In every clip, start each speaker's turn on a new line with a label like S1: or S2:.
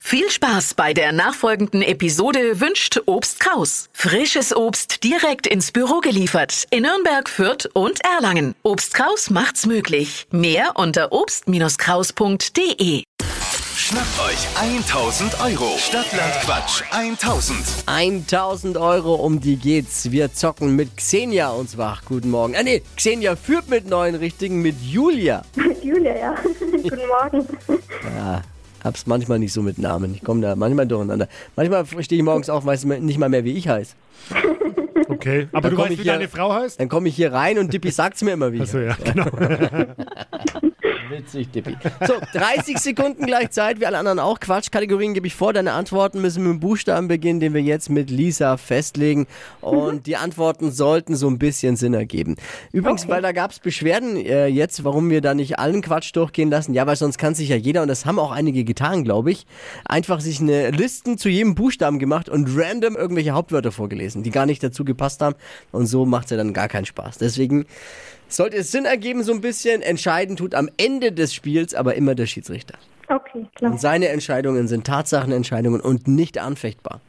S1: Viel Spaß bei der nachfolgenden Episode wünscht Obst Kraus. Frisches Obst direkt ins Büro geliefert in Nürnberg, Fürth und Erlangen. Obst Kraus macht's möglich. Mehr unter obst-kraus.de.
S2: Schnappt euch 1000 Euro. Stadtland Quatsch 1000.
S3: 1000 Euro, um die geht's. Wir zocken mit Xenia und zwar. Guten Morgen. Ah, nee, Xenia führt mit neuen Richtigen, mit Julia.
S4: Mit Julia, ja. Guten Morgen.
S3: Ja, hab's manchmal nicht so mit Namen. Ich komme da manchmal durcheinander. Manchmal stehe ich morgens auf, weiß nicht mal mehr, wie ich heiße.
S5: Okay, aber
S3: Dann
S5: du
S3: komm
S5: weißt, wie
S3: ich ja-
S5: deine Frau heißt?
S3: Dann komme ich hier rein und Dippi sagt's mir immer wieder.
S5: Achso, ja, genau.
S3: Witzig, Dippi. So, 30 Sekunden gleich Zeit, wie alle anderen auch. Quatschkategorien gebe ich vor. Deine Antworten müssen mit dem Buchstaben beginnen, den wir jetzt mit Lisa festlegen. Und die Antworten sollten so ein bisschen Sinn ergeben. Übrigens, weil da gab es Beschwerden äh, jetzt, warum wir da nicht allen Quatsch durchgehen lassen. Ja, weil sonst kann sich ja jeder, und das haben auch einige getan, glaube ich, einfach sich eine Listen zu jedem Buchstaben gemacht und random irgendwelche Hauptwörter vorgelesen, die gar nicht dazu gepasst haben. Und so macht es ja dann gar keinen Spaß. Deswegen sollte es Sinn ergeben, so ein bisschen. Entscheiden tut am Ende des Spiels aber immer der Schiedsrichter.
S4: Okay, klar.
S3: Und seine Entscheidungen sind Tatsachenentscheidungen und nicht anfechtbar.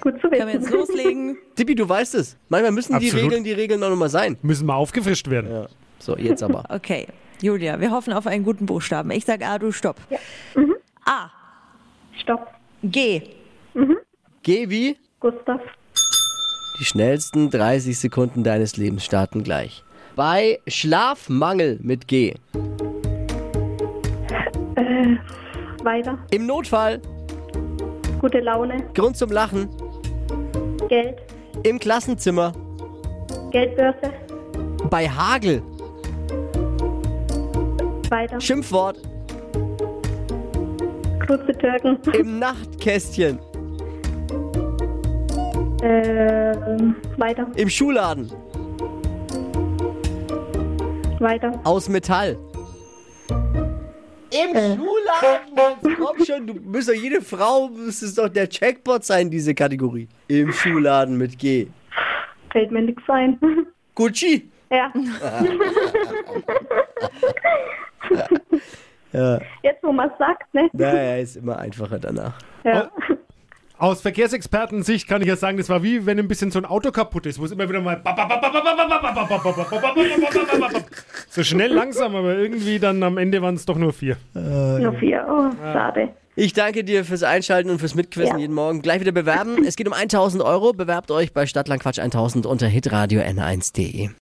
S4: Gut zu
S6: Können wir jetzt
S4: wissen.
S6: loslegen?
S3: Tippi, du weißt es. Manchmal müssen die
S5: Absolut.
S3: Regeln die Regeln auch nochmal sein.
S5: Müssen mal aufgefrischt werden.
S3: Ja. So, jetzt aber.
S6: Okay, Julia, wir hoffen auf einen guten Buchstaben. Ich sag A, du stopp. A,
S4: Stopp.
S6: G,
S3: Geh wie?
S4: Gustav.
S3: Die schnellsten 30 Sekunden deines Lebens starten gleich. Bei Schlafmangel mit G.
S4: Weiter.
S3: Im Notfall.
S4: Gute Laune.
S3: Grund zum Lachen.
S4: Geld.
S3: Im Klassenzimmer.
S4: Geldbörse.
S3: Bei Hagel.
S4: Weiter.
S3: Schimpfwort.
S4: Kruze Türken.
S3: Im Nachtkästchen.
S4: Ähm, weiter.
S3: Im Schuhladen.
S4: Weiter.
S3: Aus Metall. Im Schuhladen? Komm schon, du bist doch jede Frau, müsste es doch der Checkpot sein, diese Kategorie. Im Schuhladen mit G.
S4: Fällt mir nichts ein.
S3: Gucci.
S4: ja.
S3: Ja,
S4: Jetzt, wo man sagt, ne?
S3: naja, ist immer einfacher danach.
S4: Ja.
S5: Aus Verkehrsexperten-Sicht kann ich ja sagen, das war wie wenn ein bisschen so ein Auto kaputt ist, wo es immer wieder mal so schnell langsam, aber irgendwie dann am Ende waren es doch nur vier.
S4: Nur vier. Oh, schade.
S3: Ich danke dir fürs Einschalten und fürs Mitquissen
S4: Ja.
S3: jeden Morgen. Gleich wieder bewerben. Es geht um 1000 Euro. Bewerbt euch bei Stadtlandquatsch 1000 unter hitradio n1.de.